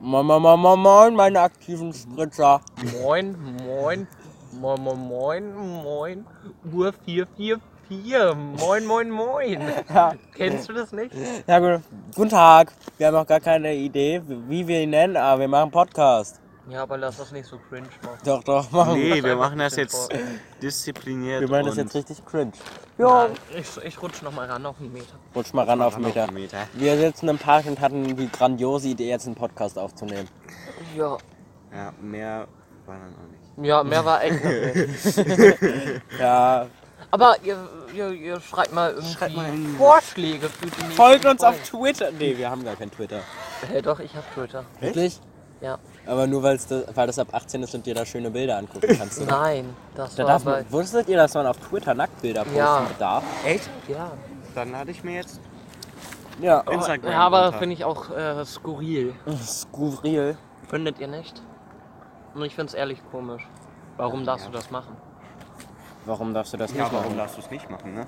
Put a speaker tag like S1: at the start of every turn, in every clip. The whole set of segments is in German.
S1: Moin, moin, moin, moin, moin, meine aktiven Spritzer.
S2: Moin, moin, moin, moin, moin, moin, Uhr 444. Moin, moin, moin.
S1: Ja,
S2: Kennst du das nicht?
S1: ja gut. Guten Tag. Wir haben noch gar keine Idee, wie wir ihn nennen, aber wir machen Podcast.
S2: Ja, aber lass das nicht so cringe machen.
S1: Doch, doch, machen wir.
S3: Nee, wir
S2: einfach
S3: machen das
S2: ein bisschen
S3: jetzt diszipliniert.
S1: Wir machen das
S3: und
S1: jetzt richtig cringe. Jo.
S2: Nein, ich, ich rutsche nochmal ran auf einen Meter.
S1: Rutsch mal ran auf den Meter.
S3: Meter. Meter.
S1: Wir sitzen im Park und hatten die grandiose Idee, jetzt einen Podcast aufzunehmen.
S2: Ja.
S3: Ja, mehr war dann auch nicht.
S2: Ja, mehr war echt nicht.
S1: Ja.
S2: Aber ihr, ihr, ihr schreibt mal irgendwie
S3: Schreibt mal irgendwie.
S2: Vorschläge für die nächsten
S1: Folgt uns auf
S2: Folgen.
S1: Twitter. Nee, wir haben gar kein Twitter.
S2: Hey, doch, ich hab Twitter.
S1: Wirklich?
S2: Ja.
S1: Aber nur weil's das, weil das ab 18 ist und dir da schöne Bilder angucken kannst. oder?
S2: Nein, das
S1: Da
S2: war
S1: darf
S2: bei...
S1: man, wusstet ihr, dass man auf Twitter Nacktbilder posten
S2: Ja.
S1: darf?
S3: Echt?
S2: Ja.
S3: Dann lade ich mir jetzt
S1: Ja.
S3: Instagram.
S2: ja, aber
S3: runter.
S2: finde ich auch äh, skurril.
S1: Skurril.
S2: Findet ihr nicht? Und ich find's ehrlich komisch. Warum darfst du das machen?
S1: Warum darfst du das
S3: Ja,
S1: nicht
S3: warum
S1: machen?
S3: darfst du es nicht machen, ne?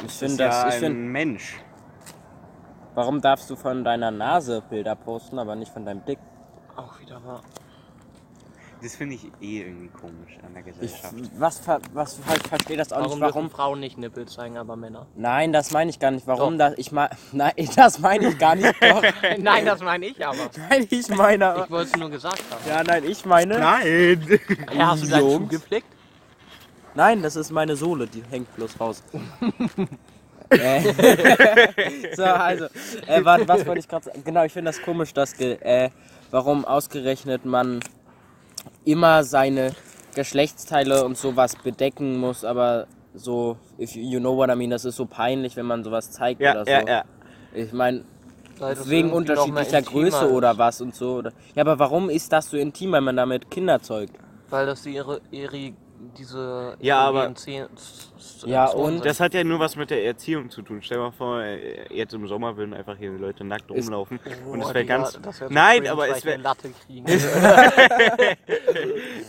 S1: Ich
S3: Das
S1: finde
S3: ist
S1: das,
S3: ja
S1: ich
S3: ein
S1: finde,
S3: Mensch.
S1: warum darfst du von deiner Nase Bilder posten, aber nicht von deinem Dick?
S2: Auch wieder wahr.
S3: Das finde ich eh irgendwie komisch an der
S1: Ich,
S3: Gesellschaft.
S1: was, ver- was, ver- ich verstehe das auch
S2: Warum,
S1: nicht, warum.
S2: dürfen Frauen nicht Nippel zeigen, aber Männer?
S1: Nein, das meine ich gar nicht. Warum
S2: Doch.
S1: das, ich meine, nein, das meine ich gar nicht. Doch.
S2: Nein, das meine ich aber.
S1: nein, ich meine, aber-
S2: Ich wollte es nur gesagt haben.
S1: ja, nein, ich meine.
S3: Nein!
S2: Ja, hast du deinen Schuh
S1: Jungs.
S2: geflickt?
S1: Nein, das ist meine Sohle, die hängt bloß raus. äh, so, also, äh, warte, was wollte ich gerade sagen? Genau, ich finde das komisch, dass, ge äh, warum ausgerechnet man immer seine Geschlechtsteile und sowas bedecken muss, aber so, if you, you know what I mean, das ist so peinlich, wenn man sowas zeigt
S3: Ja,
S1: oder so.
S3: ja, ja.
S1: Ich meine,
S2: Weil das
S1: wegen
S2: irgendwie noch mal
S1: unterschiedlicher
S2: intimer
S1: Größe
S2: ist.
S1: oder was und so. Oder, ja, aber warum ist das so intim, wenn man damit Kinder zeugt?
S2: Weil das die ihre, ihre diese
S3: Ja, aber-
S2: erogenen Zehen- z- z-
S1: Ja,
S2: Zonen
S1: und-
S2: sind.
S3: Das hat ja nur was mit der Erziehung zu tun. Stell mal vor, äh, jetzt im Sommer würden einfach hier Leute nackt rumlaufen.
S1: Oh,
S3: und es
S2: Boah,
S3: wäre
S2: Digga,
S3: ganz.
S2: Oh, das wär so
S3: Nein,
S2: cringe,
S3: aber
S2: weil
S3: es
S2: ich eine
S3: wäre.
S2: Latte kriegen.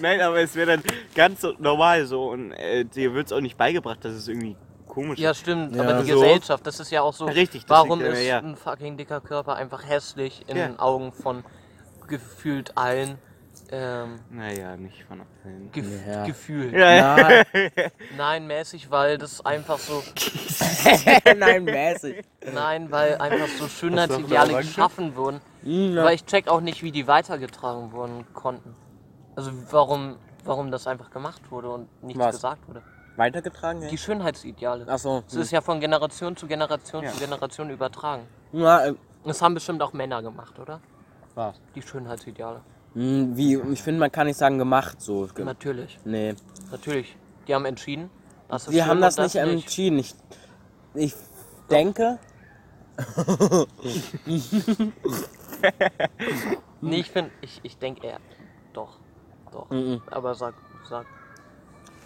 S3: Nein, aber es wäre dann ganz so normal so und äh, dir wird es auch nicht beigebracht, dass es irgendwie komisch
S2: ja,
S3: ist.
S2: stimmt,
S1: Ja.
S2: aber die
S3: So.
S2: Gesellschaft, das ist ja auch so.
S3: Richtig, das
S2: warum
S3: liegt ja,
S2: ist
S3: ja.
S2: ein fucking dicker Körper einfach hässlich in
S3: Ja.
S2: den Augen von gefühlt allen? Ähm,
S3: Naja, nicht von allen.
S2: gef
S1: Ja.
S2: Gefühl.
S3: Ja, ja.
S1: Nein,
S2: Nein, mäßig, weil das einfach so.
S1: nein, mäßig.
S2: Nein, weil einfach so
S3: doch
S2: Schönheitsideale
S3: eine
S2: geschaffen wurden. Aber ich check auch nicht, wie die weitergetragen wurden konnten. Also warum, warum das einfach gemacht wurde und nichts
S1: Was?
S2: gesagt wurde.
S1: Weitergetragen?
S2: Die Schönheitsideale.
S1: Achso.
S2: Es ist ja von Generation zu Generation
S3: Ja.
S2: zu Generation übertragen.
S1: Ja, äh,
S2: Das haben bestimmt auch Männer gemacht, oder?
S1: was?
S2: Die Schönheitsideale.
S1: Hm, wie, ich finde, man kann nicht sagen gemacht so. Ge
S2: Natürlich,
S1: nee.
S2: natürlich. Die haben entschieden. Das ist
S1: Wir
S2: schön
S1: haben
S2: und
S1: das nicht entschieden. Ich, ich denke.
S2: Nee, ich finde, ich, ich denke eher. Doch. Doch.
S1: Mhm.
S2: Aber sag, sag.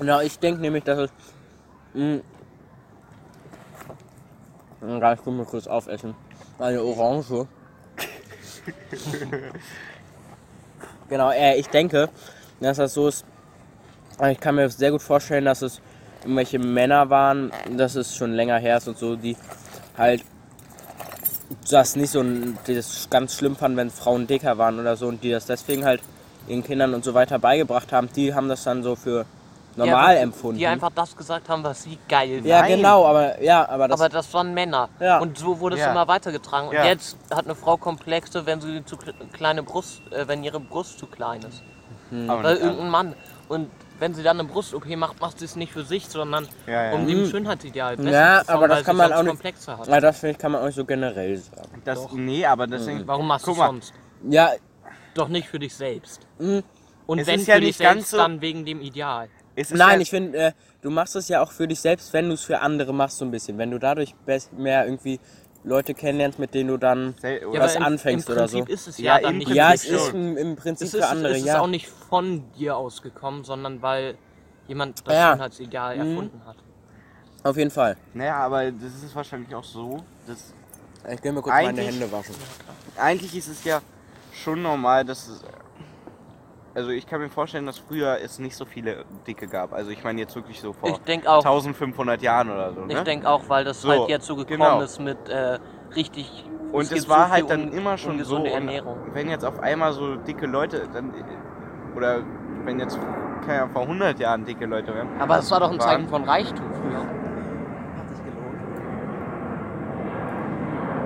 S1: Ja, ich denke nämlich, dass es. Mh, ja, ich will mir kurz aufessen. Eine Orange. genau, äh, ich denke, dass das so ist. Aber Ich kann mir sehr gut vorstellen, dass es irgendwelche Männer waren, dass es schon länger her ist und so, die halt das nicht so n- die das ganz schlimm fanden, wenn Frauen dicker waren oder so und die das deswegen halt ihren Kindern und so weiter beigebracht haben, die haben das dann so für normal
S2: die, einfach-
S1: empfunden.
S2: Die einfach das gesagt haben, was sie geil
S1: ja,
S2: fanden.
S1: genau, aber ja, aber das
S2: Aber das waren Männer.
S1: Ja.
S2: Und so wurde es
S3: Ja.
S2: immer weitergetragen. Und
S3: Ja.
S2: jetzt hat eine Frau Komplexe, wenn sie zu kle- kleine Brust, äh, wenn ihre Brust zu klein ist.
S3: Aber
S2: Weil
S3: nicht alle.
S2: irgendein Mann. Und wenn sie dann eine Brust-OP macht, macht sie es nicht für sich, sondern
S3: Ja, ja.
S2: um dem Schönheitsideal besser
S1: Hm. Ja,
S2: zu kommen,
S1: aber das
S2: weil
S1: kann
S2: sie
S1: man
S2: sonst
S1: auch nicht-
S2: komplexer hat.
S1: Ja, das finde ich, kann man euch so generell sagen.
S3: Das, nee, aber deswegen.
S2: Äh, Warum machst du
S3: Guck mal,
S2: sonst?
S1: Ja,
S2: Doch nicht für dich selbst.
S1: Hm.
S2: Und
S3: Es
S2: wenn
S3: ist
S2: für
S3: ja
S2: dich
S3: nicht ganz
S2: selbst,
S3: so-
S2: dann wegen dem Ideal.
S3: Es ist halt
S1: nein,
S3: ja-
S1: ich finde, äh, du machst es ja auch für dich selbst, wenn du es für andere machst, so ein bisschen. Wenn du dadurch bes- mehr irgendwie Leute kennenlernst, mit denen du dann
S3: Sel- oder-
S1: was
S2: aber im-
S1: anfängst
S2: im
S1: oder so.
S2: Prinzip ist es ja,
S3: Ja,
S2: dann
S3: im
S2: nicht
S3: Prinzip
S1: Ja,
S2: für
S1: es
S2: dich
S1: ist
S2: selbst.
S1: im, im Prinzip
S2: es
S1: für
S2: ist,
S1: andere,
S2: es ist
S1: ja.
S2: auch nicht von dir ausgekommen, sondern weil jemand das
S1: Ja. Mhm.
S2: Schönheitsideal erfunden hat.
S1: Auf jeden Fall.
S3: Naja, aber das ist wahrscheinlich auch so. Dass,
S1: Ich will mir kurz meine
S3: Eigentlich-
S1: Hände waschen.
S3: eigentlich ist es ja schon normal, dass es. Also ich kann mir vorstellen, dass früher es nicht so viele Dicke gab. Also ich meine jetzt wirklich so vor
S2: Ich denk auch.
S3: 1500 Jahren oder so.
S2: Ich
S3: Ne?
S2: denke auch, weil das
S3: So,
S2: halt jetzt so gekommen
S3: genau.
S2: ist mit äh, richtig
S3: Und
S2: Es
S3: es,
S2: gibt so
S3: war
S2: viel
S3: halt dann
S2: un-
S3: immer schon so.
S2: ungesunde
S3: ne? Und
S2: Ernährung.
S3: wenn jetzt auf einmal so dicke Leute, dann, oder wenn jetzt keine Ahnung, vor 100 Jahren dicke Leute wären.
S2: Aber es war doch ein
S3: Waren-
S2: Zeichen von Reichtum früher.
S1: Hat sich gelohnt.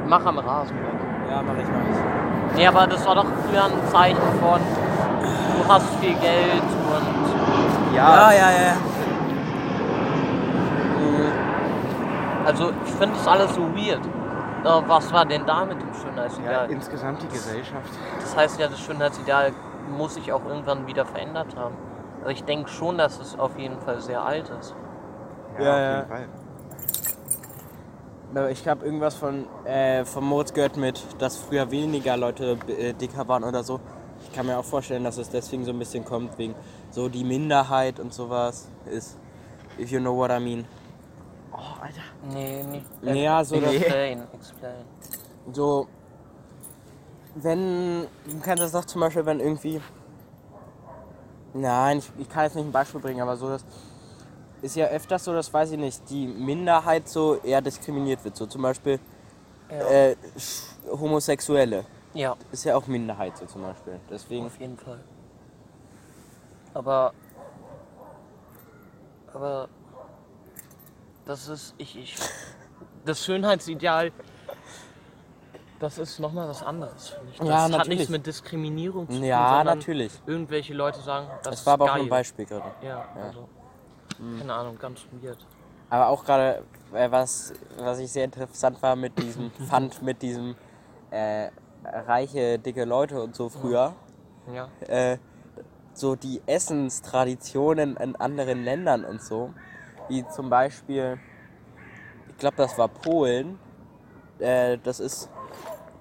S2: Mach am Rasen. weg.
S1: Ja, mach ich, mach ich.
S2: Nee, aber das war doch früher ein Zeichen von, du hast viel Geld und.
S1: Ja,
S3: Ja,
S1: Ah, ja, ja. ja.
S2: Also, ich finde das alles so weird. Äh, Was war denn da mit dem Schönheitsideal?
S3: insgesamt die Gesellschaft.
S2: Das heißt ja, das Schönheitsideal muss sich auch irgendwann wieder verändert haben. Also ich denke schon, dass es auf jeden Fall sehr alt ist.
S1: Ja,
S3: auf
S1: ja.
S3: jeden Fall.
S1: Aber Ich habe irgendwas von, äh, von Moritz gehört mit, dass früher weniger Leute äh, dicker waren oder so. Ich kann mir auch vorstellen, dass es deswegen so ein bisschen kommt, wegen so die Minderheit und sowas ist. If you know what I mean.
S3: Oh, Alter.
S2: Nee, nee.
S1: Nee, ja, so, dass,
S2: Explain, explain.
S1: so wenn, du kannst das doch zum Beispiel, wenn irgendwie, nein, ich, ich kann jetzt nicht ein Beispiel bringen, aber so, das ist ja öfters so, dass, weiß ich nicht, die Minderheit so eher diskriminiert wird. So zum Beispiel
S2: Ja.
S1: äh, Sch- Homosexuelle.
S2: ja,
S1: ist ja auch Minderheit so zum Beispiel. Deswegen.
S2: auf jeden Fall. Aber. Aber. Das ist. Ich. ich das Schönheitsideal. Das ist nochmal was anderes, finde ich. Das
S1: Ja,
S2: hat
S1: natürlich.
S2: nichts mit Diskriminierung zu tun.
S1: Ja,
S2: sondern
S1: natürlich.
S2: Irgendwelche Leute sagen, das,
S1: Das war
S2: ist
S1: aber auch
S2: geil.
S1: nur ein Beispiel Mhm. gerade.
S2: Ja, also. Keine Ahnung, ganz weird.
S1: Aber auch gerade, äh, was, was ich sehr interessant war mit diesem, fand mit diesem äh, reiche, dicke Leute und so früher.
S2: Ja.
S1: Äh, so die Essenstraditionen in anderen Ländern und so. Wie zum Beispiel, ich glaube, das war Polen. Äh, das ist,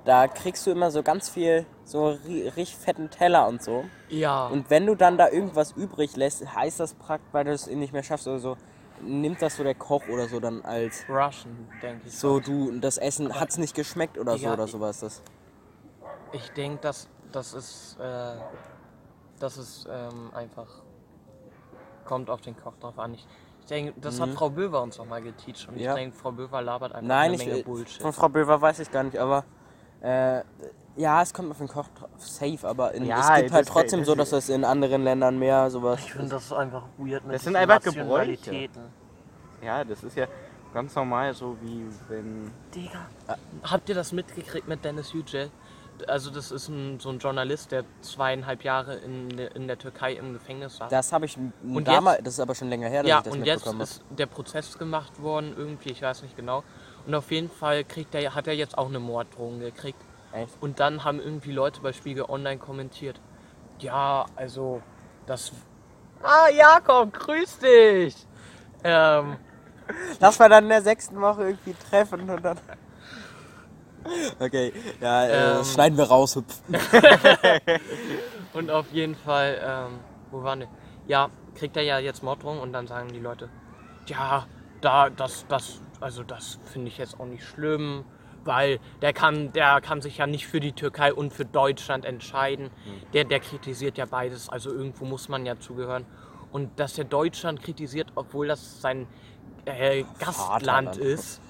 S1: da kriegst du immer so ganz viel, so ri- richtig fetten Teller und so.
S2: Ja.
S1: Und wenn du dann da irgendwas übrig lässt, heißt das praktisch, weil du es nicht mehr schaffst oder so, nimmt das so der Koch oder so dann als
S2: Russian, denke ich.
S1: so du das Essen hat's nicht geschmeckt oder so
S2: Ja,
S1: oder
S2: ich-
S1: sowas das.
S2: Ich denke, dass das ist, äh, das ist ähm, einfach kommt auf den Koch drauf an. Ich, ich denke, das hat Frau Böwer uns nochmal geteacht und
S1: Mhm. Ja.
S2: ich denke, Frau Böwer labert einfach
S1: Nein,
S2: eine Menge
S1: ich, äh,
S2: Bullshit.
S1: von Frau Böver weiß ich gar nicht, aber äh, ja, es kommt auf den Koch drauf, safe, aber in,
S3: Ja,
S1: es gibt
S3: das
S1: halt
S3: ist-
S1: trotzdem so, dass
S3: das
S1: das in anderen Ländern mehr sowas.
S2: Ich finde, das ist einfach weird mit
S3: Das
S2: diesen
S3: sind einfach
S2: Nationalitäten.
S3: Ja, das ist ja ganz normal, so wie wenn.
S2: Digga. Ah. Habt ihr das mitgekriegt mit Dennis Yücel? Also das ist ein, so ein Journalist, der zweieinhalb Jahre in, der- in der Türkei im Gefängnis saß.
S1: Das habe ich
S2: jetzt-
S1: damals, das ist aber schon länger her, dass
S2: Ja,
S1: ich das
S2: und jetzt
S1: mitbekommen habe.
S2: ist der Prozess gemacht worden, irgendwie, ich weiß nicht genau. Und auf jeden Fall kriegt er, hat er jetzt auch eine Morddrohung gekriegt.
S1: Echt?
S2: Und dann haben irgendwie Leute bei Spiegel Online kommentiert. Ja, also, das. Ah, Jakob, grüß dich! Ähm,
S1: Lass mal dann in der sechsten Woche irgendwie treffen und dann. Okay, ja, äh,
S2: Ähm.
S1: schneiden wir raus. hüpf.
S2: und auf jeden Fall, ähm, wo waren wir? Ja, kriegt er ja jetzt Morddrohung und dann sagen die Leute, ja, da, das, das, also das finde ich jetzt auch nicht schlimm, weil der kann, der kann sich ja nicht für die Türkei und für Deutschland entscheiden.
S1: Hm.
S2: Der, der kritisiert ja beides, also irgendwo muss man ja zugehören. Und dass er Deutschland kritisiert, obwohl das sein äh, Gastland
S1: Vaterland.
S2: ist.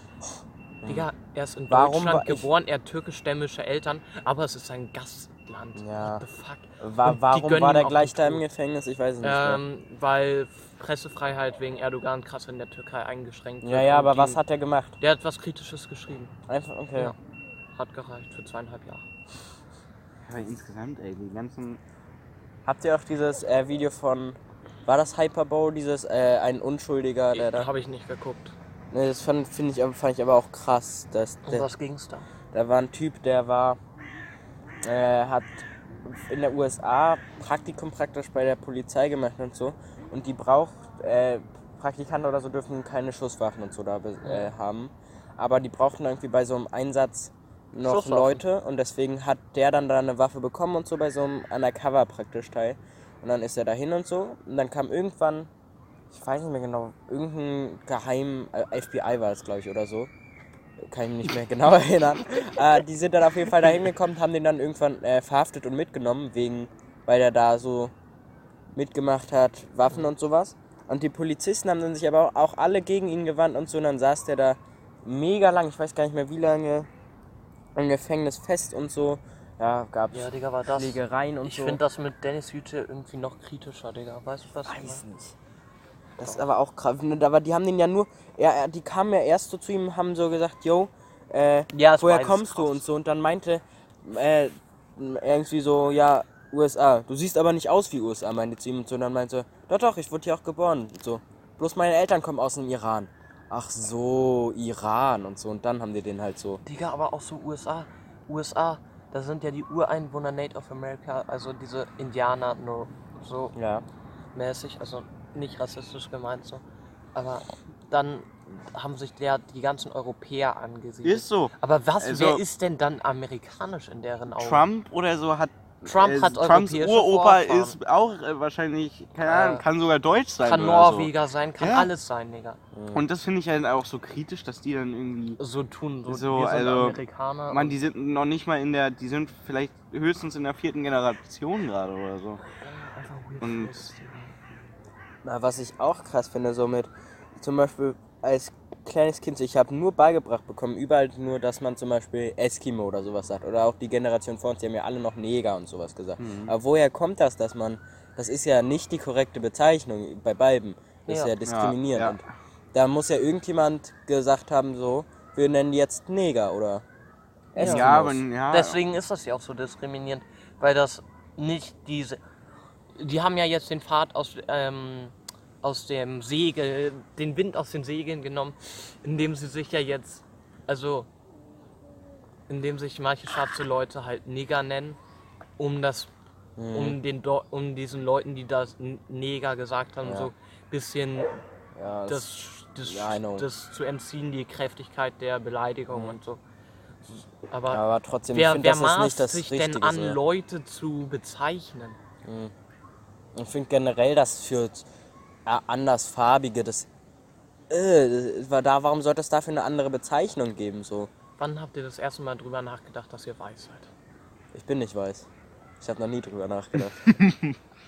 S2: Digga, er ist in
S1: Hm. Warum war
S2: Deutschland
S1: ich-
S2: geboren, er hat türkischstämmische Eltern, aber es ist sein Gastland.
S1: Ja.
S2: What the fuck?
S1: Wa-
S2: Und die
S1: warum
S2: gönnen
S1: war der
S2: ihm auch
S1: gleich
S2: den
S1: da im
S2: Tod.
S1: Gefängnis? Ich weiß es nicht. mehr.
S2: Ähm, weil Pressefreiheit wegen Erdogan krass in der Türkei eingeschränkt wird.
S1: Ja, ja,
S2: und
S1: aber
S2: die-
S1: was hat er gemacht?
S2: Der hat was Kritisches geschrieben.
S1: Einfach, okay.
S2: Ja. Hat gereicht für zweieinhalb Jahre.
S3: Aber insgesamt, ey, die ganzen.
S1: Habt ihr auch dieses äh, Video von. War das Hyperbowl? Dieses, äh, ein Unschuldiger, der
S2: Da
S1: da.
S2: habe ich nicht geguckt.
S1: Ne, das fand, find ich, aber- fand ich aber auch krass. Dass
S2: Um
S1: der,
S2: was ging's da?
S1: da war ein Typ, der war. Äh, hat in der USA Praktikum praktisch bei der Polizei gemacht und so. Und die braucht. Äh, Praktikanten oder so dürfen keine Schusswaffen und so da be- äh, haben. Aber die brauchten irgendwie bei so einem Einsatz noch
S2: Schusswaffen.
S1: Leute und deswegen hat der dann da eine Waffe bekommen und so bei so einem Undercover praktisch teil. Und dann ist er dahin und so. Und dann kam irgendwann, ich weiß nicht mehr genau, irgendein geheim äh, FBI war es, glaube ich, oder so. Kann ich mich nicht mehr genau erinnern. äh, die sind dann auf jeden Fall dahin gekommen, haben den dann irgendwann äh, verhaftet und mitgenommen, wegen, weil er da so mitgemacht hat, Waffen und sowas. Und die Polizisten haben dann sich aber auch alle gegen ihn gewandt und so. Und dann saß der da mega lang, ich weiß gar nicht mehr wie lange, im Gefängnis fest und so. Ja, gab's
S2: Ja, Digga, war das.
S1: Schlägereien und
S2: ich
S1: so.
S2: finde das mit Dennis Hüte irgendwie noch kritischer, Digga. Weißt du was? ich
S1: Weiß
S2: meine?
S1: nicht. Das ist aber auch krass. Ne, Aber die haben den ja nur. Ja, er- die kamen ja erst so zu ihm, haben so gesagt, yo, äh,
S2: Ja, ist
S1: woher
S2: beides
S1: kommst du
S2: krass.
S1: und so. Und dann meinte äh, irgendwie so, ja, USA. Du siehst aber nicht aus wie USA, meinte zu ihm und so. Und dann meinte, doch, doch, ich wurde hier auch geboren und so. Bloß meine Eltern kommen aus dem Iran. Ach so, Iran und so. Und dann haben die den halt so.
S2: Digga, aber auch so USA. USA, da sind ja die Ureinwohner Native America, also diese Indianer, nur so
S1: Ja.
S2: mäßig, also nicht rassistisch gemeint so. Aber dann haben sich der, die ganzen Europäer angesiedelt.
S3: Ist so.
S2: Aber was,
S3: Also-
S2: wer ist denn dann amerikanisch in deren Augen?
S3: Trump oder so hat. äh,
S2: Trump hat
S3: Trumps
S2: europäische
S3: Uropa
S2: Vorfahren.
S3: ist auch äh, wahrscheinlich, keine
S2: Äh,
S3: Ahnung, kann sogar deutsch sein.
S2: Kann
S3: oder
S2: Norweger sein, kann
S3: Ja.
S2: alles sein, Digga.
S3: So. Und das finde ich halt auch so kritisch, dass die dann irgendwie.
S2: So tun, so,
S3: So,
S2: wir sind
S3: also,
S2: Amerikaner.
S3: Mann, die sind noch nicht mal in der. Die sind vielleicht höchstens in der vierten Generation gerade oder so.
S2: Einfach weird
S3: und-
S2: shit, Digga.
S1: Na, was ich auch krass finde, so mit, zum Beispiel als kleines Kind, ich habe nur beigebracht bekommen, überall nur, dass man zum Beispiel Eskimo oder sowas sagt. Oder auch die Generation vor uns, die haben ja alle noch Neger und sowas gesagt.
S3: Mhm.
S1: Aber woher kommt das, dass man, das ist ja nicht die korrekte Bezeichnung bei beiden. Das ist
S2: Ja.
S1: ja diskriminierend.
S3: Ja, ja.
S1: Und da muss ja irgendjemand gesagt haben, so, wir nennen die jetzt Neger oder Eskimos.
S3: Ja, aber ja.
S1: Ah,
S2: Deswegen ist das ja auch so diskriminierend, weil das nicht diese. Die haben ja jetzt den Pfad aus, ähm, aus dem Segel, den Wind aus den Segeln genommen, indem sie sich ja jetzt, also, indem sich manche schwarze Leute halt Neger nennen, um das,
S1: Mhm.
S2: um den, Deu- um diesen Leuten, die das N- Neger gesagt haben,
S1: Ja.
S2: so ein bisschen
S1: Ja, das,
S2: das, das,
S1: Ja, I know. Mhm.
S2: das zu entziehen, die Kräftigkeit der Beleidigung und so. Aber
S1: aber trotzdem, ich
S2: Wer,
S1: finde,
S2: wer
S1: das ist
S2: maßt
S1: nicht das
S2: sich
S1: Richtige.
S2: denn an,
S1: so.
S2: Leute zu bezeichnen?
S1: Ich finde generell, dass für äh, andersfarbige das. Äh, das war da, warum sollte es dafür eine andere Bezeichnung geben? So,
S2: Wann habt ihr das erste Mal drüber nachgedacht, dass ihr weiß seid?
S1: ich bin nicht weiß. Ich habe noch nie drüber nachgedacht.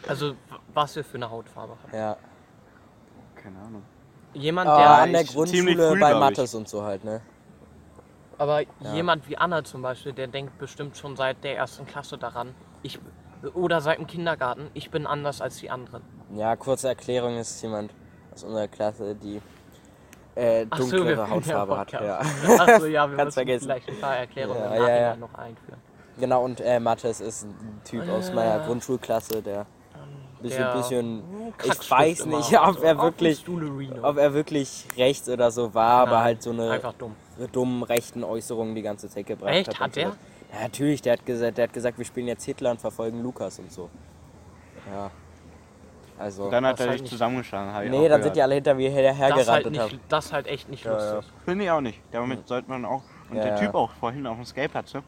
S2: Also, w- was ihr für eine Hautfarbe habt.
S1: ja.
S3: Keine Ahnung.
S2: Jemand,
S1: Aber
S2: der,
S1: an der
S3: ich- ziemlich
S1: Grundschule
S3: früh,
S1: bei
S3: glaub ich.
S1: Mattes und so halt, ne?
S2: aber jemand wie Anna zum Beispiel, der denkt bestimmt schon seit der ersten Klasse daran, ich, oder seit dem Kindergarten, ich bin anders als die anderen.
S1: Ja, kurze Erklärung ist jemand aus unserer Klasse, die äh,
S2: Ach so,
S1: dunklere
S2: können ja
S1: Hautfarbe hat. Ja.
S2: Podcast. Ach so, ja, wir
S1: Kannst
S2: müssen
S1: vergessen.
S2: vielleicht ein paar Erklärungen
S1: Ja,
S2: im
S1: ja, ja.
S2: Nachhinein noch einführen.
S1: Genau, und äh, Mattes ist ein Typ aus meiner Grundschulklasse, der bisschen,
S2: Der
S1: bisschen ich
S2: Kackstift
S1: weiß
S2: Hm, immer
S1: nicht,
S2: und
S1: ob er
S2: so. Auf den
S1: wirklich,
S2: Stuhlerino.
S1: ob er wirklich rechts oder so war, aber
S2: Nein,
S1: halt so eine
S2: Einfach dumm.
S1: dummen rechten Äußerungen die ganze Zeit gebracht
S2: Echt?
S1: hat.
S2: Hat
S1: und so.
S2: der?
S1: Ja, natürlich, der hat, gesagt, der hat gesagt, wir spielen jetzt Hitler und verfolgen Lukas und so. Ja. Also.
S3: Und dann hat
S2: Das
S3: er
S2: halt
S3: sich
S2: nicht-
S3: zusammengeschlagen. hab ich
S1: nee,
S3: auch
S1: dann sind die
S3: gehört. Ähm,
S1: alle hinter mir her-
S2: Das halt,
S1: hergerannt und
S2: nicht,
S1: haben.
S2: das halt echt nicht
S1: ja.
S2: lustig.
S3: Finde ich auch nicht. Damit sollte man auch. Und
S1: Ja,
S3: der
S1: ja.
S3: Typ auch vorhin auf dem Skateplatz, ne?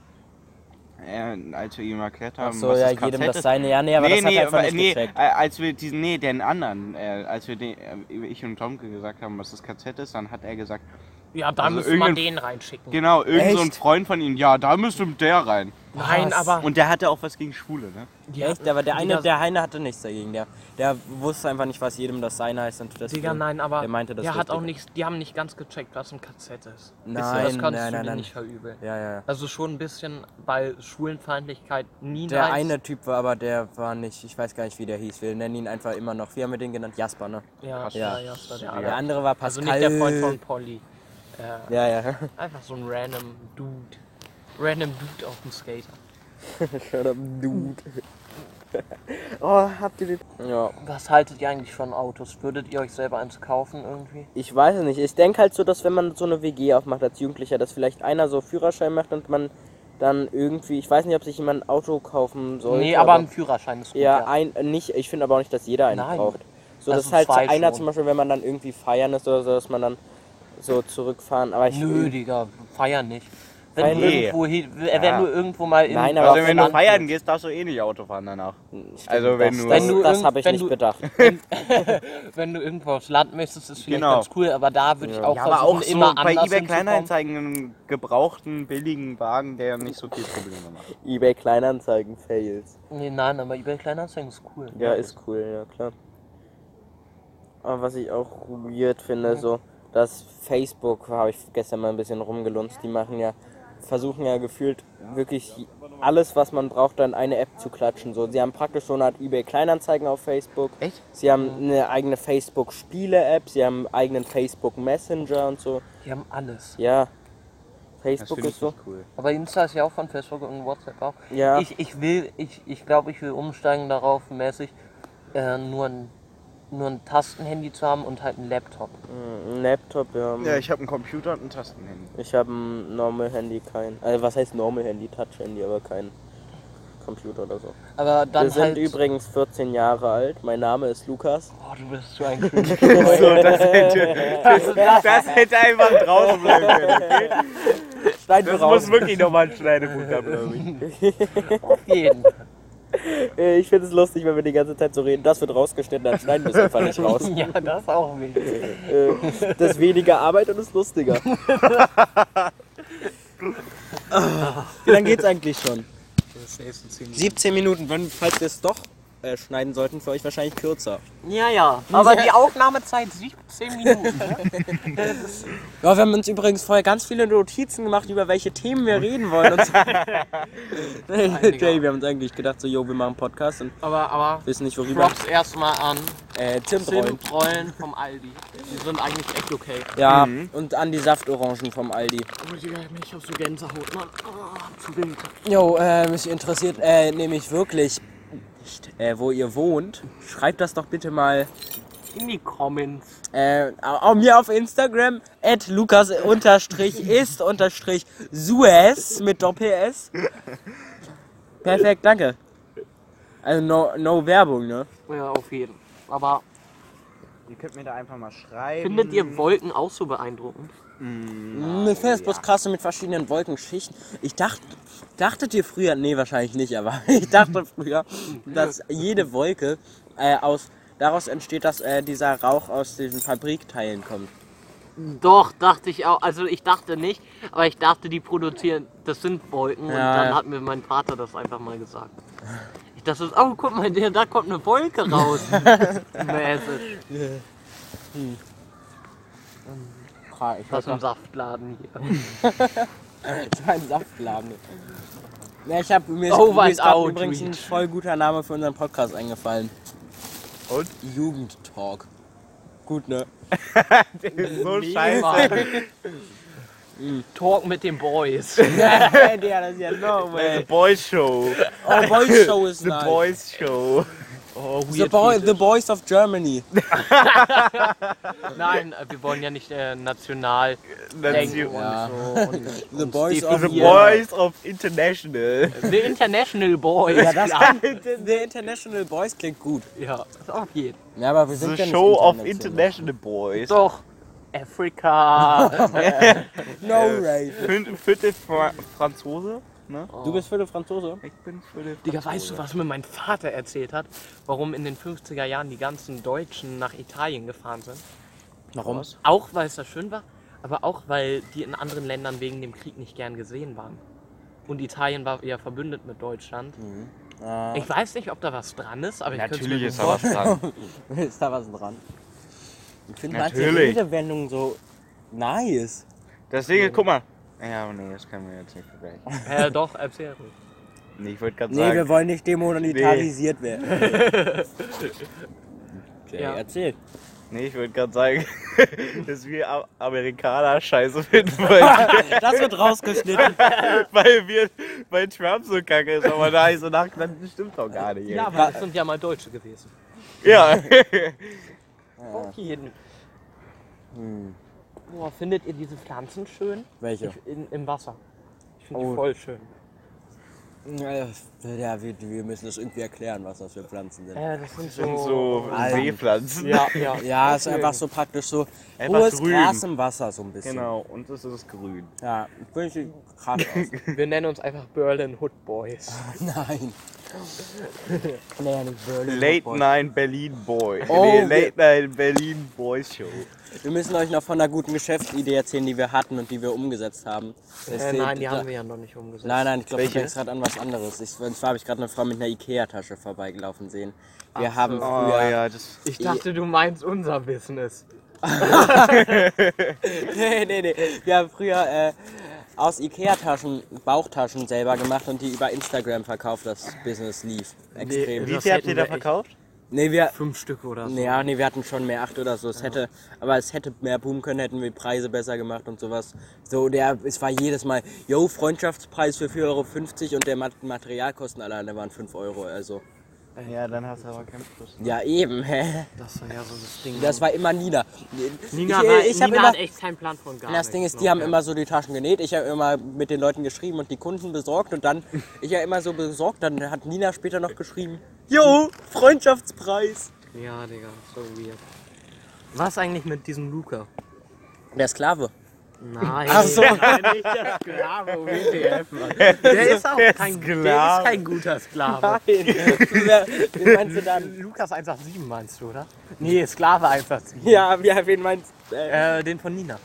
S3: Äh, als wir ihm erklärt haben,
S1: Ach so,
S3: was
S1: ja,
S3: das KZ
S1: jedem das
S3: ist.
S1: seine. Ja, nee, aber das hat er einfach
S3: aber-
S1: nicht
S3: nee,
S1: gecheckt.
S3: äh, als wir diesen, nee, den anderen, äh, als wir den, äh, ich und Tomke gesagt haben, was das KZ ist, dann hat er gesagt,
S2: Ja, da
S3: Also
S2: müsste man
S3: irgendein-
S2: den reinschicken.
S3: genau, irgend so ein
S1: Echt?
S3: Freund von ihm, ja, da müsste der rein.
S2: Nein,
S1: Was?
S2: aber
S3: Und der hatte auch was gegen Schwule, ne?
S2: die,
S1: Echt? Aber der eine,
S2: Digga,
S1: der eine hatte nichts dagegen. Der, der wusste einfach nicht, was jedem das seine heißt. Und deswegen,
S2: Digga, nein, aber
S1: der meinte das
S2: der hat auch
S1: Richtige.
S2: nicht, die haben nicht ganz gecheckt, was ein KZ ist.
S1: Nein,
S2: das kannst
S1: nein,
S2: du
S1: nein,
S2: dir
S1: nein.
S2: nicht verübeln.
S1: Ja, ja, ja.
S2: Also schon ein bisschen, weil Schwulenfeindlichkeit nie
S1: Der
S2: nice-
S1: eine Typ war aber, der war nicht, ich weiß gar nicht, wie der hieß. Wir nennen ihn einfach immer noch. Wie haben wir den genannt? Jasper, ne? Ja.
S2: Ja, ja, ja, das war der
S1: Der
S2: andere.
S1: andere war
S2: Also
S1: Pascal.
S2: nicht der Freund von Polly. Äh,
S1: Ja, ja.
S2: Einfach so ein random Dude. Random Dude auf dem Skater.
S1: Shut up, Dude. oh, habt ihr den. Ja,
S2: Was haltet ihr eigentlich von Autos? Würdet ihr euch selber eins kaufen irgendwie?
S1: ich weiß es nicht. Ich denke halt so, dass wenn man so eine WG aufmacht als Jugendlicher, dass vielleicht einer so Führerschein macht und man dann irgendwie, ich weiß nicht, ob sich jemand ein Auto kaufen sollte.
S2: nee, aber ein Führerschein ist gut.
S1: ja, ein, nicht, ich finde aber auch nicht, dass jeder einen
S2: Nein.
S1: braucht. So,
S2: Also
S1: dass halt so
S2: zwei
S1: einer
S2: schon.
S1: zum Beispiel, wenn man dann irgendwie feiern ist oder so, dass man dann so zurückfahren. Aber ich
S2: Nö, Digga, feiern nicht. Wenn
S1: Feiern
S2: du
S3: nicht.
S2: irgendwo, hin- äh, wenn
S3: Ja.
S2: du irgendwo mal in
S1: Nein, aber
S3: Also
S1: auf
S3: wenn
S1: dem
S3: du
S1: Land-
S3: feiern gehst, darfst du eh nicht Auto fahren danach. also wenn
S1: das,
S3: du,
S1: das,
S2: Wenn du
S1: das
S2: irgend-
S1: habe ich
S2: wenn
S1: nicht
S2: du-
S1: bedacht.
S2: wenn du irgendwo aufs Land möchtest, ist vielleicht
S3: Genau.
S2: ganz cool, aber da würde ich auch
S3: ja, aber
S2: versuchen,
S3: auch so
S2: immer
S3: bei
S2: anders
S3: eBay
S2: hinzukommen.
S3: Kleinanzeigen einen gebrauchten billigen Wagen, der nicht so viel Probleme macht.
S1: eBay Kleinanzeigen fails.
S2: Nee, nein, aber eBay Kleinanzeigen ist cool.
S1: Ja, ist cool, ja klar. Aber was ich auch weird finde, so, dass Facebook, habe ich gestern mal ein bisschen rumgelunzt, die machen ja versuchen ja gefühlt wirklich alles, was man braucht, dann eine App zu klatschen. So, sie haben praktisch so eine Art eBay Kleinanzeigen auf Facebook.
S3: Echt?
S1: Sie haben eine eigene Facebook Spiele App, sie haben einen eigenen Facebook Messenger und so.
S2: Die haben alles.
S1: Ja.
S3: Das
S1: Facebook
S3: finde
S1: ist
S3: ich
S1: so.
S3: nicht cool.
S2: Aber Insta ist ja auch von Facebook und WhatsApp auch.
S1: Ja.
S2: Ich, ich will, ich, ich glaube, ich will umsteigen darauf, mäßig äh, nur, ein, nur ein Tastenhandy zu haben und halt einen Laptop.
S1: Ein Laptop, ja.
S3: Ja, ich habe einen Computer und ein Tastenhandy.
S1: Ich habe ein Normal Handy, kein. Also, was heißt Normal Handy? Touch Handy, aber kein Computer oder so.
S2: Aber dann
S1: Wir sind
S2: halt.
S1: übrigens 14 Jahre alt. Mein Name ist Lukas.
S2: Boah, du bist so ein Creep.
S3: Das hätte einfach draußen bleiben können.
S1: Schneiden wir raus.
S3: wirklich nochmal ein Schneidepunkt haben, glaube ich.
S2: Auf jeden. Fall.
S1: Äh, Ich finde es lustig, wenn wir die ganze Zeit so reden. Das wird rausgeschnitten, dann schneiden wir es einfach nicht raus.
S2: Ja, das ist auch wichtig.
S1: Äh, Das ist weniger Arbeit und ist lustiger. Ah, Wie lange geht's eigentlich schon? 17 Minuten, wenn, falls wir es doch äh, schneiden sollten, für euch wahrscheinlich kürzer.
S2: Ja, ja. Aber die Aufnahmezeit 17 Minuten.
S1: Ja, wir haben uns übrigens vorher ganz viele Notizen gemacht, über welche Themen wir reden wollen. Und so. Jay, wir haben uns eigentlich gedacht, so, yo, wir machen einen Podcast und
S2: Aber, aber.
S1: wissen nicht, worüber.
S2: Props erstmal an
S1: Äh, Zimtrollen.
S2: Zimtrollen vom Aldi. Die sind eigentlich echt okay.
S1: Ja, und an die Saftorangen vom Aldi.
S2: Oh, Digga, ich hab so Gänsehaut, Mann. Oh, zu wild.
S1: Jo, äh, mich interessiert äh, nämlich wirklich, nicht, äh, wo ihr wohnt. Schreibt das doch bitte mal
S2: In die Comments.
S1: äh, auch mir auf Instagram, at lukas unterstrich ist unterstrich sues mit Doppel-S. Perfekt, danke. Also no, no Werbung, ne?
S2: Ja, auf jeden. Aber
S3: Ihr könnt mir da einfach mal schreiben.
S2: findet ihr Wolken auch so beeindruckend?
S1: Ich finde es bloß krass so mit verschiedenen Wolkenschichten. Ich dachte, dachtet ihr früher, nee, wahrscheinlich nicht, aber ich dachte früher, dass jede Wolke äh, aus, daraus entsteht, dass äh, dieser Rauch aus diesen Fabrikteilen kommt.
S2: Doch, dachte ich auch. Also ich dachte nicht, aber ich dachte, die produzieren, das sind Wolken. und
S1: Ja,
S2: dann
S1: ja.
S2: hat mir mein Vater das einfach mal gesagt. Ich dachte, so, oh, guck mal, der, da kommt eine Wolke raus. Mäßig.
S1: Ich
S2: Aus dem Saftladen hier.
S1: Das war ein Saftladen. Ja, ich hab, mir,
S2: Oh,
S1: mir
S2: was
S1: ist gerade
S2: out,
S1: übrigens ein
S2: Reach.
S1: voll guter Name für unseren Podcast eingefallen.
S3: Und?
S1: Jugendtalk. Gut, ne?
S3: so
S2: Mm, Talk mit den Boys.
S1: ja, das ist ja no way.
S3: Boys Show.
S1: Oh, Boys Show ist nice.
S3: Boys Show.
S2: Oh,
S1: the, boy, the Boys of Germany.
S2: Nein, äh, wir wollen ja nicht äh, national denken und
S1: Ja.
S2: so. Und
S1: The Boys
S2: die-
S1: of
S2: the
S1: Vienna.
S3: of International.
S2: the International Boys.
S1: Ja, das
S2: klar.
S1: The International Boys klingt gut.
S2: ja auf jeden.
S1: Ja, aber wir sind ja
S3: The
S1: nicht
S3: Show of
S1: international.
S3: International Boys.
S2: Doch. Afrika.
S3: Äh,
S1: No way.
S3: Viertel Viertel Fra Franzose, ne?
S1: Du bist Viertel Franzose?
S3: Ich bin Viertel
S2: Digga, weißt du, was mir mein Vater erzählt hat? Warum in den 50er Jahren die ganzen Deutschen nach Italien gefahren sind?
S1: Warum?
S2: Auch weil es da schön war, aber auch weil die in anderen Ländern wegen dem Krieg nicht gern gesehen waren. Und Italien war ja verbündet mit Deutschland. Ah. Ich weiß nicht, ob da was dran ist, aber ich könnte es mir
S3: Natürlich ist
S2: gut
S3: da was dran.
S1: Ist da was dran? Ich finde manche
S3: Natürlich.
S1: Redewendungen so nice.
S3: Deswegen, guck mal. Ja, nee, das können wir jetzt nicht vergleichen.
S2: vorstellen. Äh, doch, erzähl ruhig.
S3: Nee, ich wollte gerade
S1: Nee, wir
S3: sagen.
S1: wollen nicht demonetarisiert werden. Okay,
S2: Ja.
S1: erzähl.
S3: Nee, ich wollte gerade sagen, dass wir Am- Amerikaner scheiße finden, weil,
S1: Das wird rausgeschnitten.
S3: weil, wir, weil Trump so kacke ist. Aber da ich so nachgedacht, das stimmt doch gar nicht. ey.
S2: Ja, aber das sind ja mal Deutsche gewesen.
S3: ja.
S2: Auf jeden. Hm. Boah, findet ihr diese Pflanzen schön?
S1: Welche?
S2: Ich, in, Im Wasser. Ich finde
S1: Oh.
S2: die voll schön.
S1: Ja, wir, wir müssen das irgendwie erklären, was das für Pflanzen sind.
S2: Äh, das sind
S3: Und
S2: so.
S3: so Seepflanzen.
S2: Ja, ja.
S1: Oh, Ja, ist einfach so praktisch so
S3: Einfach
S1: hohes
S3: grün.
S1: Gras im Wasser so ein bisschen.
S3: Genau, und es ist grün.
S1: Ja, finde ich krass aus.
S2: Wir nennen uns einfach Berlin Hood Boys.
S1: Nein. Naja, nicht Berlin.
S3: Late
S1: Football.
S3: Night Berlin Boy.
S1: Oh,
S3: nee,
S1: wir-
S3: Late Night Berlin Boys Show.
S1: Wir müssen euch noch von einer guten Geschäftsidee erzählen, die wir hatten und die wir umgesetzt haben.
S2: Äh, nein, die haben wir ja noch nicht umgesetzt.
S1: Nein, nein, ich glaube, du
S3: Welche?
S1: denkst gerade an was anderes. Ich, und zwar habe ich gerade eine Frau mit einer Ikea-Tasche vorbeigelaufen sehen. Wir
S2: Ach
S1: haben
S2: so.
S3: Oh
S1: früher...
S3: ja, das.
S2: Ich dachte, du meinst unser Business.
S1: Nee, nee, nee. Wir haben früher äh, aus Ikea-Taschen, Bauchtaschen selber gemacht und die über Instagram verkauft, das Business lief. Extrem. Nee,
S2: Nee, das
S4: Wie viel habt
S2: hätten
S4: ihr da
S2: wir echt-
S4: verkauft?
S1: wir,
S2: Fünf Stück oder so.
S1: nee, ja, nee, wir hatten schon mehr acht oder so. Es hätte, aber es hätte mehr boomen können, hätten wir Preise besser gemacht und sowas. So, der, es war jedes Mal, yo, Freundschaftspreis für 4,50 Euro und der Ma- Materialkosten alleine waren 5 Euro, also.
S4: Ja, dann hast du aber keinen Plus.
S1: Ja, eben, hä?
S2: Das war ja so das Ding.
S1: Das war immer Nina.
S2: Nina,
S1: ich,
S2: war,
S1: ich
S2: Nina
S1: hab immer,
S2: hat echt keinen Plan von gar
S1: Das Ding ist, die haben immer so die Taschen genäht. Ich habe immer mit den Leuten geschrieben und die Kunden besorgt und dann, ich ja immer so besorgt, dann hat Nina später noch geschrieben, Hm. Jo, Freundschaftspreis.
S2: Ja, Digga, so weird. Was eigentlich mit diesem Luca?
S1: Der Sklave.
S2: Nein.
S1: Ach so.
S2: nicht der Sklave, WTF, Mann. Der ist auch kein, der ist kein guter Sklave.
S1: Wer- Wen meinst du dann?
S2: Lukas 187 meinst du, oder? Nee, Sklave 187.
S1: Ja, ja wen meinst du? Äh,
S2: Äh, den von Nina.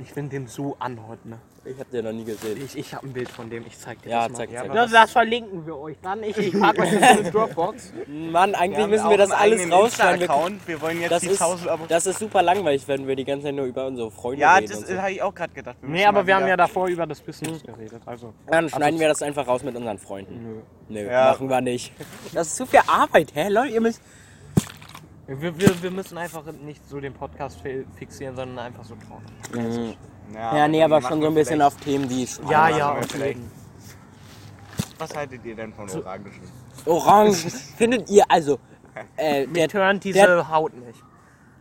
S2: Ich finde den so an heute, ne?
S1: ich hab den noch nie gesehen.
S2: Ich, ich habe ein Bild von dem, ich zeig dir
S1: Ja,
S2: das mal.
S1: zack, zack.
S2: Ja, das verlinken wir euch dann. Ich, ich packe euch das in die Dropbox.
S1: Mann, eigentlich müssen wir das alles rausschneiden. Wir-
S4: Account. Wir wollen jetzt
S1: Das
S4: die
S1: ist,
S4: 1000 Abo.
S1: das ist super langweilig, wenn wir die ganze Zeit nur über unsere Freunde
S4: Ja,
S1: reden.
S4: das
S1: und so.
S4: habe ich auch gerade gedacht.
S2: Nee, aber wir haben ja davor über das Business geredet. Also,
S1: Dann schneiden wir das einfach raus mit unseren Freunden. Nö. Nö,
S4: Ja.
S1: machen wir nicht. Das ist zu viel Arbeit, hä? Leute, ihr müsst.
S2: wir, wir, wir müssen einfach nicht so den Podcast fi- fixieren, sondern einfach so talken.
S4: Ja,
S1: Ja, nee,
S4: dann
S1: aber
S4: machen
S1: schon so
S4: wir
S1: ein bisschen
S4: vielleicht-
S1: auf Themen, die Spaß
S2: Ja,
S1: machen.
S2: ja,
S4: wir
S2: auf
S4: vielleicht.
S2: jeden Fall.
S4: Was haltet ihr denn von Orangen?
S1: Orangen. Findet ihr, also, äh,
S2: Mich
S1: der,
S2: turnt diese
S1: der-
S2: Haut nicht.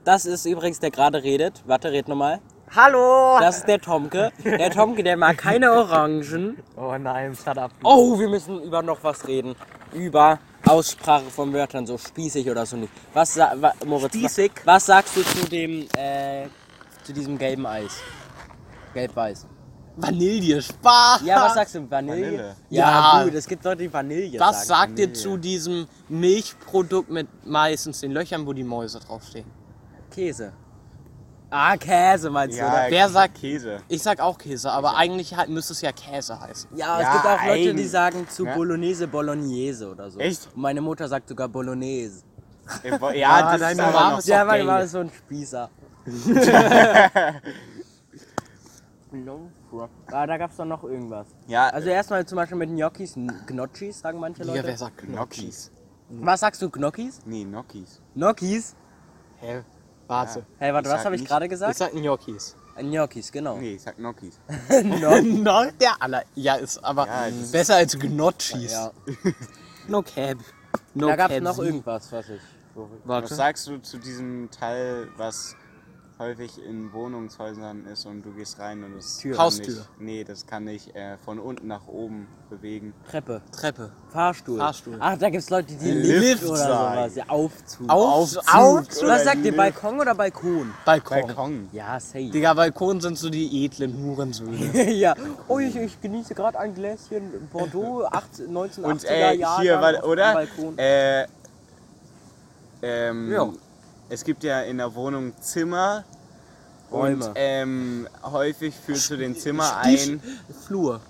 S1: das ist übrigens, der gerade redet. Warte, red nochmal.
S2: Hallo!
S1: Das ist der Tomke. Der Tomke, der mag keine Orangen.
S2: Oh nein, es hat ab.
S1: Oh, wir müssen über noch was reden. Über Aussprache von Wörtern, so spießig oder so nicht. Was, sa- wa, Moritz, wa-
S2: Spießig?
S1: was sagst du zu dem, äh, zu diesem gelben Eis? Gelb-weiß.
S5: Vanille, Spaß!
S1: Ja, was sagst du? Vanille?
S4: Vanille.
S1: Ja,
S5: Ja.
S1: gut, es gibt Leute, die Vanille
S5: Was
S1: sagen.
S5: sagt ihr zu diesem Milchprodukt mit meistens den Löchern, wo die Mäuse draufstehen?
S1: Käse. Ah, Käse meinst du, oder?
S5: Wer sagt-
S4: Käse?
S5: Ich sag auch Käse, aber eigentlich halt, müsste es ja Käse heißen.
S1: Ja, es
S4: Ja,
S1: gibt auch Leute, die
S4: eigentlich,
S1: sagen zu
S4: ne?
S1: Bolognese Bolognese oder so.
S4: Echt?
S1: Und meine Mutter sagt sogar Bolognese.
S4: Ja, das
S1: ah,
S4: ist
S5: Mama.
S4: aber noch-
S5: ist doch
S1: mein
S5: gängig.
S1: Mann ist so ein Spießer. Ah, da gab's doch noch irgendwas.
S4: Ja, äh.
S1: Also erstmal zum Beispiel mit Gnocchis, Gnocchis sagen manche
S5: Ja,
S1: Leute.
S5: wer sagt Gnocchis?
S1: was sagst du, Gnocchis?
S4: nee, Nokis.
S1: Gnocchis?
S5: Hä? Warte.
S1: Hey, warte,
S4: Ich
S1: was
S4: sag
S1: habe ich
S4: nicht-
S1: gerade
S5: Ich
S1: gesagt?
S5: sag Gnocchis.
S1: Gnocchis, genau.
S4: Nee, ich sag Nokis.
S5: No, der aller. Ja, ist aber
S4: Ja, das ist-
S5: besser als Gnocchis.
S1: Ja.
S5: No cap. No
S1: Da gab's
S5: cap.
S1: noch irgendwas, was ich.
S4: Was sagst du zu diesem Teil, was häufig in Wohnungshäusern ist und du gehst rein und es
S1: Tür.
S4: kann
S5: Haustür.
S4: Nicht, nee, das kann nicht äh, von unten nach oben bewegen.
S1: Treppe.
S5: Treppe.
S1: Fahrstuhl.
S5: Fahrstuhl.
S1: Ach, da gibt's Leute, die
S4: Lift
S1: Lift, oder
S4: sagen.
S1: sowas. Ja, Aufzug.
S5: Aufzug.
S1: Aufzug. Was
S4: oder
S1: sagt ihr,
S4: Lift.
S1: Balkon oder Balkon?
S5: Balkon.
S4: Balkon.
S1: Ja, safe.
S5: Digga, Balkon sind so die edlen Hurensöhne.
S1: ja. Oh, ich, ich genieße gerade ein Gläschen Bordeaux 18, 1980er
S4: Und äh,
S1: Jahrgang
S4: hier,
S1: auf
S4: weil,
S1: dem
S4: oder?
S1: Balkon.
S4: Äh, ähm,
S1: Ja.
S4: Es gibt ja in der Wohnung Zimmer.
S1: Räume.
S4: Und ähm, häufig führt zu den Zimmer
S5: Stich-
S4: ein.
S5: Flur.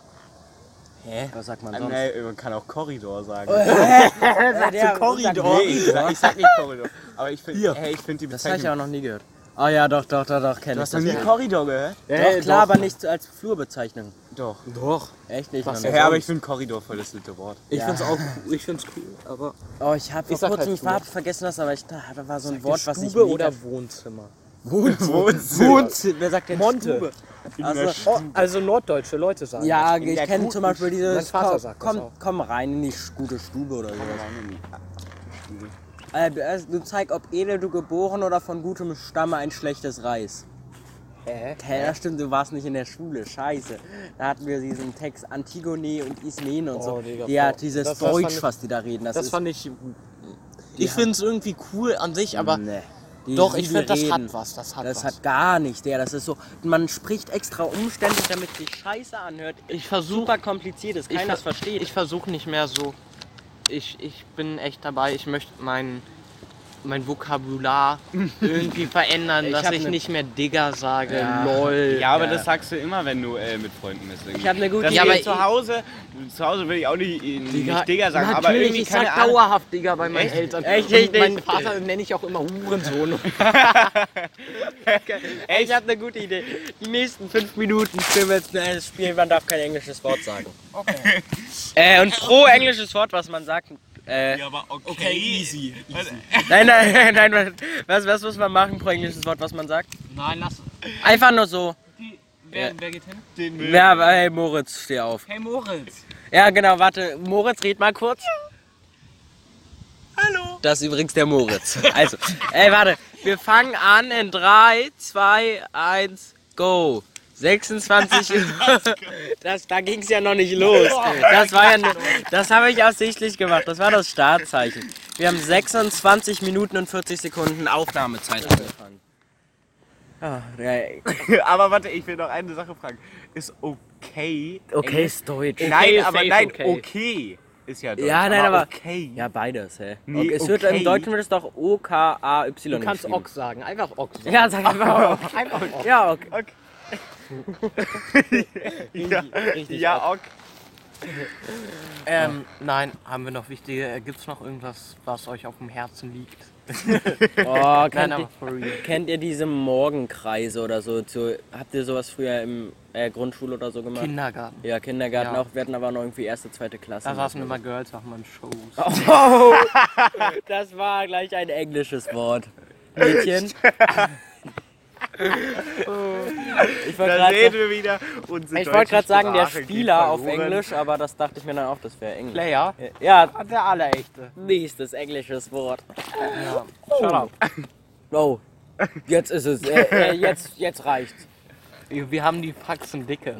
S1: Was sagt man sonst?
S4: Äh, Nee, man kann auch Korridor sagen.
S1: Äh, der
S4: Nee, ich, sag, ich sag nicht Korridor. Aber ich finde hey, ich find die
S1: Das habe ich
S4: Bezeichnung.
S1: auch noch nie gehört. Ah ja, doch, doch, doch, doch, kenne ich.
S4: Hast du nie Korridor gehört?
S1: doch, klar, aber nicht als Flurbezeichnung.
S4: Doch.
S5: Doch.
S1: Echt nicht. noch
S4: Ja,
S1: nicht.
S4: aber ich finde Korridor voll das dritte Wort.
S5: Ich find's auch ich find's cool, aber.
S1: Oh, ich habe vor
S5: sag
S1: kurzem,
S5: halt
S1: ich hab vergessen das, aber ich, da da war so ein Wort, was ich
S5: Stube
S1: mega-
S5: oder Wohnzimmer?
S1: Wohnzimmer. Wer sagt denn
S5: Monte.
S1: Stube? Also,
S5: Oh, also norddeutsche Leute sagen.
S1: Oh, Ja,
S4: In
S1: ich
S4: der
S1: kenne
S4: guten
S1: zum Beispiel dieses.
S5: Mein Vater
S1: komm-
S5: sagt das
S1: komm,
S5: auch.
S1: komm rein in die sch- gute Stube oder sowas.
S4: Stube.
S1: Äh, du- äh, du zeig, ob edel du geboren oder von gutem Stamme ein schlechtes Reis. Hä? Hä? Ja, stimmt, du warst nicht in der Schule. Scheiße. Da hatten wir diesen Text Antigone und Ismene und so.
S5: Oh, Digga,
S1: ja,
S5: boah.
S1: dieses
S5: Das- das fand
S1: Deutsch,
S5: ich-
S1: was die da reden. Das,
S5: Das
S1: ist.
S5: fand ich. Ich find's irgendwie cool an sich, aber.
S1: Nee. Die-
S5: Doch,
S1: wie
S5: ich
S1: die
S5: finde, das
S1: reden.
S5: hat was. Das hat
S1: Das
S5: was.
S1: hat gar nicht der. Das ist so. Man spricht extra umständlich, damit sich scheiße anhört.
S2: Ich
S3: Also,
S2: versuche
S1: Super kompliziert ist, keiner
S2: ver-
S1: versteht.
S2: Ich versuche nicht mehr so. Ich, ich bin echt dabei. Ich möchte meinen mein Vokabular irgendwie verändern,
S1: Ich
S2: dass
S1: hab
S2: ich
S1: ne-
S2: nicht mehr Digger sage, lol.
S3: Ja, aber das sagst du immer, wenn du äh, mit Freunden bist.
S1: Ich habe eine gute
S3: das
S2: Ja,
S3: ja,
S2: aber
S3: aber zu Hause, zu Hause will ich auch nicht, nicht Digger sagen,
S2: natürlich,
S3: aber irgendwie
S2: ich
S3: keine
S2: sag
S3: Ahnung.
S2: dauerhaft Digger bei meinen Eltern.
S1: Echt, Äh,
S2: Und
S1: echt,
S2: meinen
S1: echt.
S2: Vater nenne ich auch immer Hurensohn.
S1: Ich habe eine gute Idee. Die nächsten fünf Minuten spielen wir jetzt ein neues Spiel. Man darf kein englisches Wort sagen. Okay. Äh, und pro englisches Wort, was man sagt. Äh,
S3: aber okay, easy.
S1: nein, nein, nein, nein. Was, was muss man machen pro englisches Wort, was man sagt?
S6: Nein, lass.
S1: Einfach nur so.
S6: Wer, wer geht hin?
S1: Ja, aber, hey Moritz, steh auf.
S6: Hey Moritz.
S1: Ja, genau, warte. Moritz, red mal kurz. Hallo. Das ist übrigens der Moritz. Also, ey, warte. Wir fangen an in 3, 2, 1, go. 26 Uhr. Das, da ging's ja noch nicht los. Das war ja, nur- das habe ich absichtlich gemacht. Das war das Startzeichen. Wir haben 26 Minuten und 40 Sekunden Aufnahmezeit angefangen. Ah, ja,
S3: aber warte, ich will noch eine Sache fragen. Ist okay?
S1: okay, ist Deutsch.
S3: nein,
S2: ist
S3: aber
S2: safe
S3: nein, okay.
S2: okay.
S3: ist ja deutsch.
S1: Ja, nein, aber-
S3: okay.
S1: Ja, beides, hä?
S3: Nee,
S1: okay, es wird
S3: okay.
S1: im Deutschen wird es doch O K A Y.
S2: Du kannst
S1: geschrieben.
S2: Ox sagen, einfach Ox. Sagen.
S1: Ja, sag einfach Ock. Einfach Ock. Ja, Ock.
S3: ja,
S1: richtig
S3: ja, okay.
S2: Ähm, nein, haben wir noch wichtige, äh, gibt's noch irgendwas, was euch auf dem Herzen liegt?
S1: Oh, kennt,
S2: Nein, aber
S1: ihr,
S2: for real.
S1: kennt ihr diese Morgenkreise oder so? Zu, habt ihr sowas früher im äh, Grundschule oder so gemacht?
S2: Kindergarten.
S1: ja, Kindergarten
S2: Ja.
S1: auch. Wir hatten aber noch irgendwie erste, zweite Klasse.
S2: Da saßen immer Girls, machen wir Shows.
S1: Oh, das war gleich ein englisches Wort. Mädchen. Ich wollte
S3: Oh. Da
S1: gerade
S3: sehen wir wieder unsere
S1: ich wollte
S3: deutsche
S1: gerade sagen, der
S3: Sprache geht
S1: Spieler auf
S3: verloren.
S1: Englisch, aber das dachte ich mir dann auch, das wäre Englisch. Äh,
S2: Player,
S1: Ja,
S2: der allerechte.
S1: Nächstes englisches Wort. Oh, jetzt ist es. Äh, äh, jetzt, jetzt reicht's.
S2: Wir haben die Faxen dicke.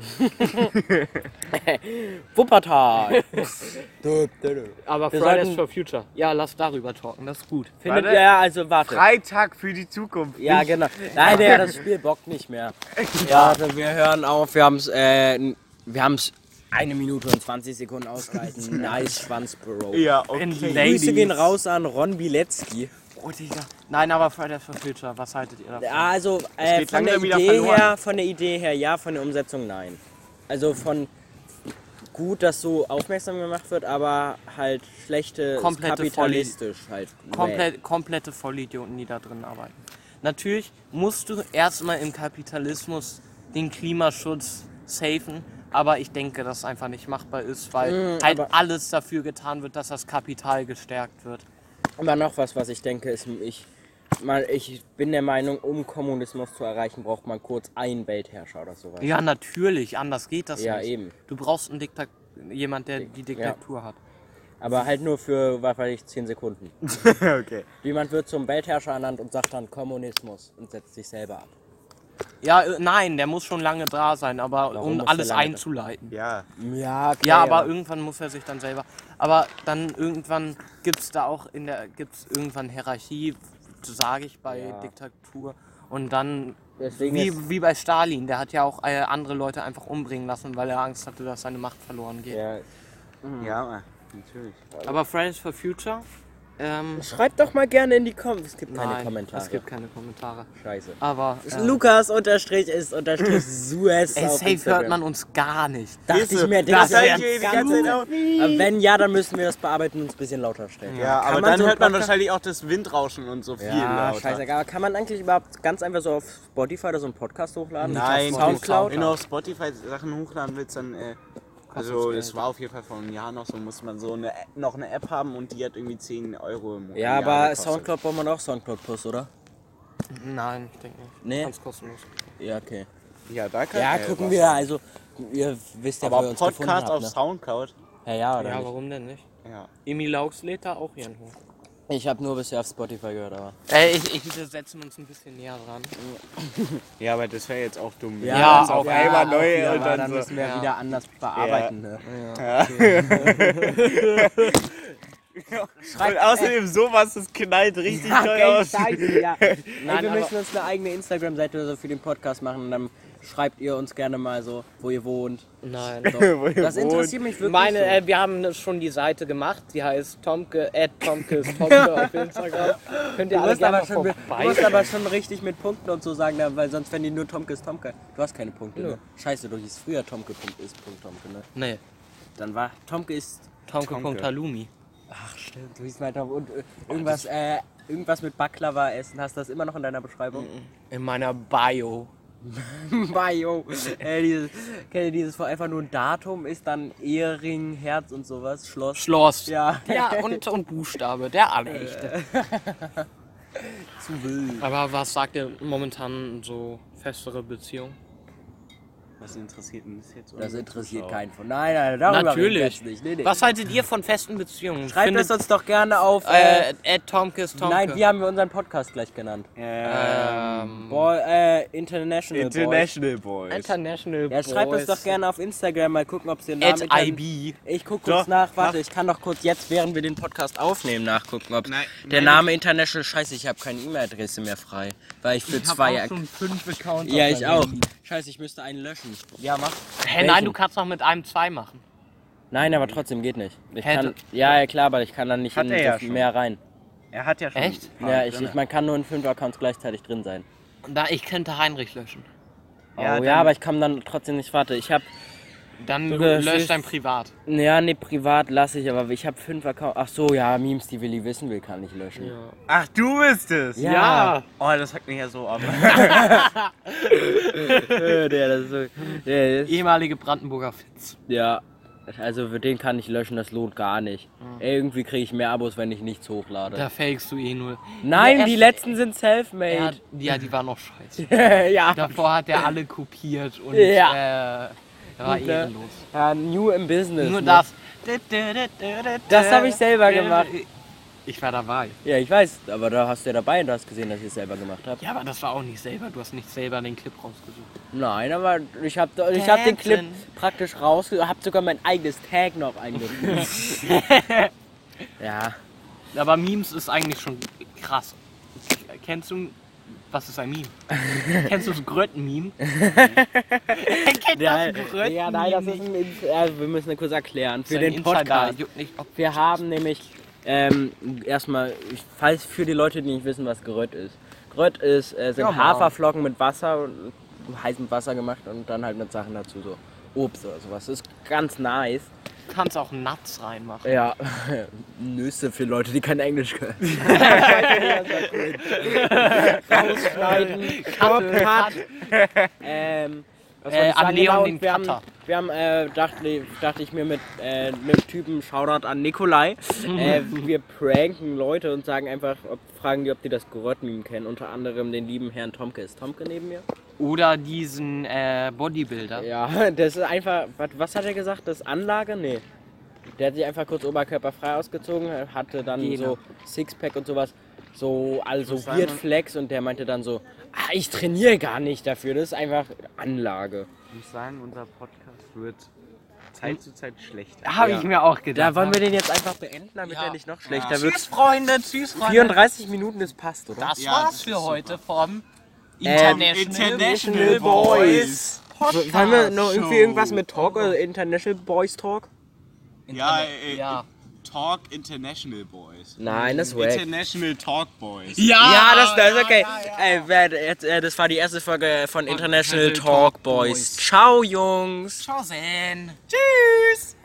S1: Wuppertal.
S2: Aber
S1: Wir
S2: Fridays
S1: sollten-
S2: for Future. Ja, lass darüber talken, das ist gut.
S1: Findet
S3: Warte.
S1: ja, also warte.
S3: Freitag für die Zukunft.
S1: ja, genau. Nein, der, das Spiel bockt nicht mehr. Ja, also wir hören auf. Wir haben's, äh, wir haben's eine Minute und 20 Sekunden ausgehalten. Nice Schwanz, Bro.
S3: Ja, okay.
S1: Grüße gehen raus an Ron Bilecki.
S2: Oh, Digga. Nein, aber Fridays for Future, was haltet ihr davon?
S1: Ja, also äh,
S3: geht
S1: von der
S3: langsam wieder
S1: Idee
S3: verloren.
S1: her, von der Idee her ja, von der Umsetzung nein. Also von gut, dass so aufmerksam gemacht wird, aber halt schlechte ist
S2: Komplette
S1: kapitalistisch halt. Nee.
S2: Komplett, komplette Vollidioten, die da drin arbeiten. Natürlich musst du erstmal im Kapitalismus den Klimaschutz safen, aber ich denke, dass es einfach nicht machbar ist, weil halt
S1: aber-
S2: alles dafür getan wird, dass das Kapital gestärkt wird.
S1: Aber noch was, was ich denke, ist ich mal ich bin der Meinung, um Kommunismus zu erreichen, braucht man kurz einen Weltherrscher oder sowas.
S2: Ja, natürlich, anders geht das
S1: Ja,
S2: nicht.
S1: eben.
S2: Du brauchst einen Diktat jemand, der die Diktatur hat.
S1: Aber halt nur für, was weiß ich, 10 Sekunden.
S3: okay.
S1: Jemand wird zum Weltherrscher ernannt und sagt dann Kommunismus und setzt sich selber ab.
S2: Ja, äh, nein, der muss schon lange da sein, aber um
S1: muss der
S2: alles
S1: lange da-
S2: einzuleiten.
S3: Ja.
S1: Ja, okay,
S2: Ja, aber irgendwann muss er sich dann selber. Aber dann irgendwann gibt es da auch in der gibt's irgendwann Hierarchie, sage ich bei
S1: Ja.
S2: Diktatur. Und dann
S1: Deswegen ist-
S2: wie, wie bei Stalin, der hat ja auch äh, andere Leute einfach umbringen lassen, weil er Angst hatte, dass seine Macht verloren geht.
S1: ja,
S3: Ja, Mann, natürlich.
S2: Mhm. Aber Fridays for Future, ähm,
S1: Schreibt doch mal gerne in die Kommentare. Es gibt keine
S2: nein,
S1: Kommentare.
S2: es gibt keine Kommentare.
S1: Scheiße.
S2: Aber äh,
S1: Lukas unterstrich ist unterstrich Suez.
S2: ey,
S1: auf
S2: safe
S1: Instagram.
S2: hört man uns gar nicht.
S1: Dachte ich mir,
S3: Das
S1: das
S3: hab ich
S1: ganz,
S3: mir die
S1: ganz,
S3: ganze Zeit auch-
S1: Aber wenn ja, dann müssen wir das bearbeiten und uns ein bisschen lauter stellen.
S3: Ja, aber
S1: Kann man
S3: dann
S1: so einen
S3: hört man
S1: Podcast-
S3: wahrscheinlich auch das Windrauschen und so viel.
S1: Ja,
S3: lauter.
S1: Ah, scheißegal. Aber kann man eigentlich überhaupt ganz einfach so auf Spotify oder so einen Podcast hochladen?
S3: Nein,
S1: Auf Soundcloud?
S3: Wenn du auf Spotify Sachen hochladen willst, dann. Äh, also, es war auf jeden Fall vor einem Jahr noch so, musste man so eine, App- noch eine App haben und die hat irgendwie 10 Euro im
S1: Ja,
S3: Jahr
S1: aber
S3: gekostet.
S1: Soundcloud braucht man auch Soundcloud Plus, oder?
S2: Nein, ich denke nicht.
S1: Nee.
S2: Ganz kostenlos.
S1: Ja, okay.
S3: Ja, da kann
S1: Ja,
S3: äh,
S1: gucken
S3: was.
S1: wir. Also, ihr wisst ja, wo ihr
S3: Aber
S1: uns gefunden
S3: Podcast
S1: habt.
S3: auf
S1: ne?
S3: Soundcloud.
S1: Ja, ja, oder
S2: Ja,
S1: nicht?
S2: warum denn nicht?
S3: Ja.
S2: Emi Laux lädt da auch ihren hoch.
S1: Ich habe nur bisher auf Spotify gehört, aber.
S2: Ey, ich, ich, wir setzen uns ein bisschen näher dran.
S3: ja, aber das wäre jetzt auch dumm.
S1: Ja,
S2: Ja,
S3: auf
S2: ja,
S3: einmal
S1: auch
S3: neu
S1: wieder,
S3: und
S1: aber
S3: dann,
S1: dann
S3: so.
S1: müssen wir
S2: Ja.
S1: wieder anders bearbeiten. Ne?
S3: Und außerdem sowas, das knallt richtig toll
S1: Ey,
S3: aus.
S1: scheiße, ja. Ey,
S2: Nein,
S1: wir
S2: aber-
S1: müssen uns eine eigene Instagram-Seite oder so für den Podcast machen und dann schreibt ihr uns gerne mal so, wo ihr wohnt.
S2: Nein.
S1: So. das interessiert mich wirklich.
S2: Meine,
S1: so.
S2: äh, wir haben schon die Seite gemacht, die heißt Tomke, at Tomkes Tomke auf Instagram. Könnt ihr
S1: Du
S2: alle
S1: musst,
S2: gerne
S1: aber
S2: mal
S1: schon, du
S2: vorbei.
S1: musst aber schon richtig mit Punkten und so sagen, ne, weil sonst wenn die nur Tomke ist Tomke. Du hast keine Punkte. Ne? Scheiße, du hieß früher Tomke Punkt ist Punkt Tomke, ne?
S5: Nee,
S1: Dann war Tomke ist.
S5: Tomke.halumi.
S1: Ach stimmt, du hieß mal Tomke. Und äh, irgendwas, äh, irgendwas mit Baklava essen. Hast du das immer noch in deiner Beschreibung?
S2: In meiner Bio. Mhm.
S1: Bio. äh, dieses, kennt ihr dieses, wo einfach nur ein Datum ist, dann Ehering, Herz und sowas, Schloss.
S2: Schloss.
S1: ja, Äh.
S2: Ja, und, und Buchstabe, der Allerechte.
S1: zu wild.
S2: Aber was sagt ihr momentan so festere Beziehung?
S4: Was interessiert denn das jetzt?
S1: Das interessiert keinen von. Nein, nein, darüber reden wir
S2: Natürlich.
S1: jetzt nicht. Nee, nee.
S2: Was haltet ihr von festen Beziehungen?
S1: Schreibt es uns doch gerne auf. Äh,
S2: äh, at Tomkes Tomke.
S1: nein, wie haben wir unseren Podcast gleich genannt?
S2: ähm,
S1: Boy, äh, International. Boys.
S4: International Boys.
S2: International
S1: Ja, schreibt
S2: Boys.
S1: es doch gerne auf Instagram, mal gucken, ob es den Namen.
S2: At
S1: Inter-
S2: IB.
S1: Ich guck kurz nach, warte, ich kann doch kurz jetzt, während wir den Podcast aufnehmen, nachgucken, ob
S4: Nein,
S1: der Name International. Scheiße, ich habe keine E-Mail-Adresse mehr frei, weil ich für zwei.
S7: Auch schon fünf Accounts.
S1: ja, ich auch. Scheiße, ich müsste einen löschen. Ja, mach.
S2: Hä, nein, du kannst noch mit einem zwei machen.
S1: Nein, aber trotzdem geht nicht. Ich
S2: Hätte-
S1: kann, ja, ja, klar, aber ich kann dann nicht
S3: Hat
S1: in
S3: er ja
S1: so viel
S3: schon.
S1: mehr rein.
S3: Er hat ja schon.
S2: Echt?
S1: Ja, ich, ich, man kann nur in fünf Accounts gleichzeitig drin sein.
S2: Da, ich könnte Heinrich löschen.
S1: Oh,
S3: Ja,
S1: ja,
S3: dann-
S1: aber ich kann dann trotzdem nicht. Warte, ich habe
S2: Dann
S1: Oder
S2: löscht
S1: schließt-
S2: dein Privat.
S1: Ja, ne, privat lasse ich, aber ich habe fünf Accounts. Ach so, ja, Memes, die Willi wissen will, kann ich löschen.
S3: Ach, du bist es!
S1: Ja,
S3: Oh, das hackt mich ja so ab.
S1: Äh, der, das ist so, der ist,
S2: Ehemalige Brandenburger Fitz.
S1: ja, also für den kann ich löschen, das lohnt gar nicht. Irgendwie kriege ich mehr Abos, wenn ich nichts hochlade.
S2: Da fakest du eh nur.
S1: Nein,
S2: Ja,
S1: die
S2: erst-
S1: letzten sind
S2: Er hat,
S1: self-made.
S2: ja, die war noch scheiße.
S1: ja.
S2: Davor hat er alle kopiert und äh, war
S1: Und, äh,
S2: ehrenlos.
S1: ja, new im Business.
S2: Nur
S1: ne?
S2: das.
S1: Das habe ich selber gemacht.
S2: Ich war dabei.
S1: Ja, ich weiß, aber da hast du ja dabei und du hast gesehen, dass ich es selber gemacht habe.
S2: Ja, aber das war auch nicht selber. Du hast nicht selber den Clip rausgesucht.
S1: Nein, aber ich habe ich hab den Clip
S2: Dancing.
S1: praktisch rausgesucht, habe sogar mein eigenes Tag noch eingefügt. ja.
S2: Aber Memes ist eigentlich schon krass. Kennst du. Was ist ein Meme? Kennst du das Grötten-Meme? Kennst du
S1: Ja,
S2: das Grötten-Meme?
S1: ja, nein, das ist ein, Ins- also wir müssen das kurz erklären für
S2: Sein
S1: den
S2: Insider
S1: Podcast.
S2: juckt nicht, ob
S1: Wir haben nämlich ähm, erstmal, ich- falls für die Leute, die nicht wissen, was Geröt ist. Geröt ist äh, sind Haferflocken mit Wasser und mit heißem Wasser gemacht und dann halt mit Sachen dazu so Obst oder sowas. Das ist ganz nice.
S2: du kannst auch Nuts reinmachen.
S1: Ja, Nüsse für Leute, die kein Englisch können. Ausschneiden, Cut. Ähm, was wollte
S2: Äh,
S1: ich sagen?
S2: an Leon
S1: Genau,
S2: den
S1: und wir haben,
S2: Cutter.
S1: wir haben äh, dachte, dachte ich mir mit äh, einem Typen, Shoutout an Nikolai,
S2: Mhm.
S1: äh, wir pranken Leute und sagen einfach, ob, fragen die, ob die das Gerott-Meme kennen. Unter anderem den lieben Herrn Tomke. Ist Tomke neben mir?
S2: Oder diesen äh, Bodybuilder.
S1: Ja, das ist einfach. Was, was hat er gesagt? Das ist Anlage? Nee. Der hat sich einfach kurz oberkörperfrei ausgezogen, hatte dann so Sixpack und sowas. So, also Weird Flex und der meinte dann so, ah, ich trainiere gar nicht dafür, das ist einfach Anlage.
S3: Ich muss sagen, unser Podcast wird Zeit zu Zeit schlechter.
S2: Habe ich mir auch gedacht.
S1: Da wollen wir den jetzt einfach beenden, damit
S7: Genau. Ja.
S1: er nicht noch schlechter wird.
S7: Freunde, tschüss, Freunde.
S1: 34 Minuten, das passt, oder?
S7: Das war's für heute vom
S1: Ähm,
S7: International,
S1: International
S7: Boys.
S1: So, Wollen wir noch irgendwie irgendwas mit Talk, also International Boys Talk?
S4: Ja, äh,
S2: Ja.
S4: Talk International Boys.
S1: Nein, das ist wack.
S4: International Talk Boys.
S1: Ja, das, das ist okay. Ey, wer, jetzt, äh, das war die erste Folge von International Talk Boys. Ciao, Jungs.
S7: Ciao, sehen.
S4: Tschüss!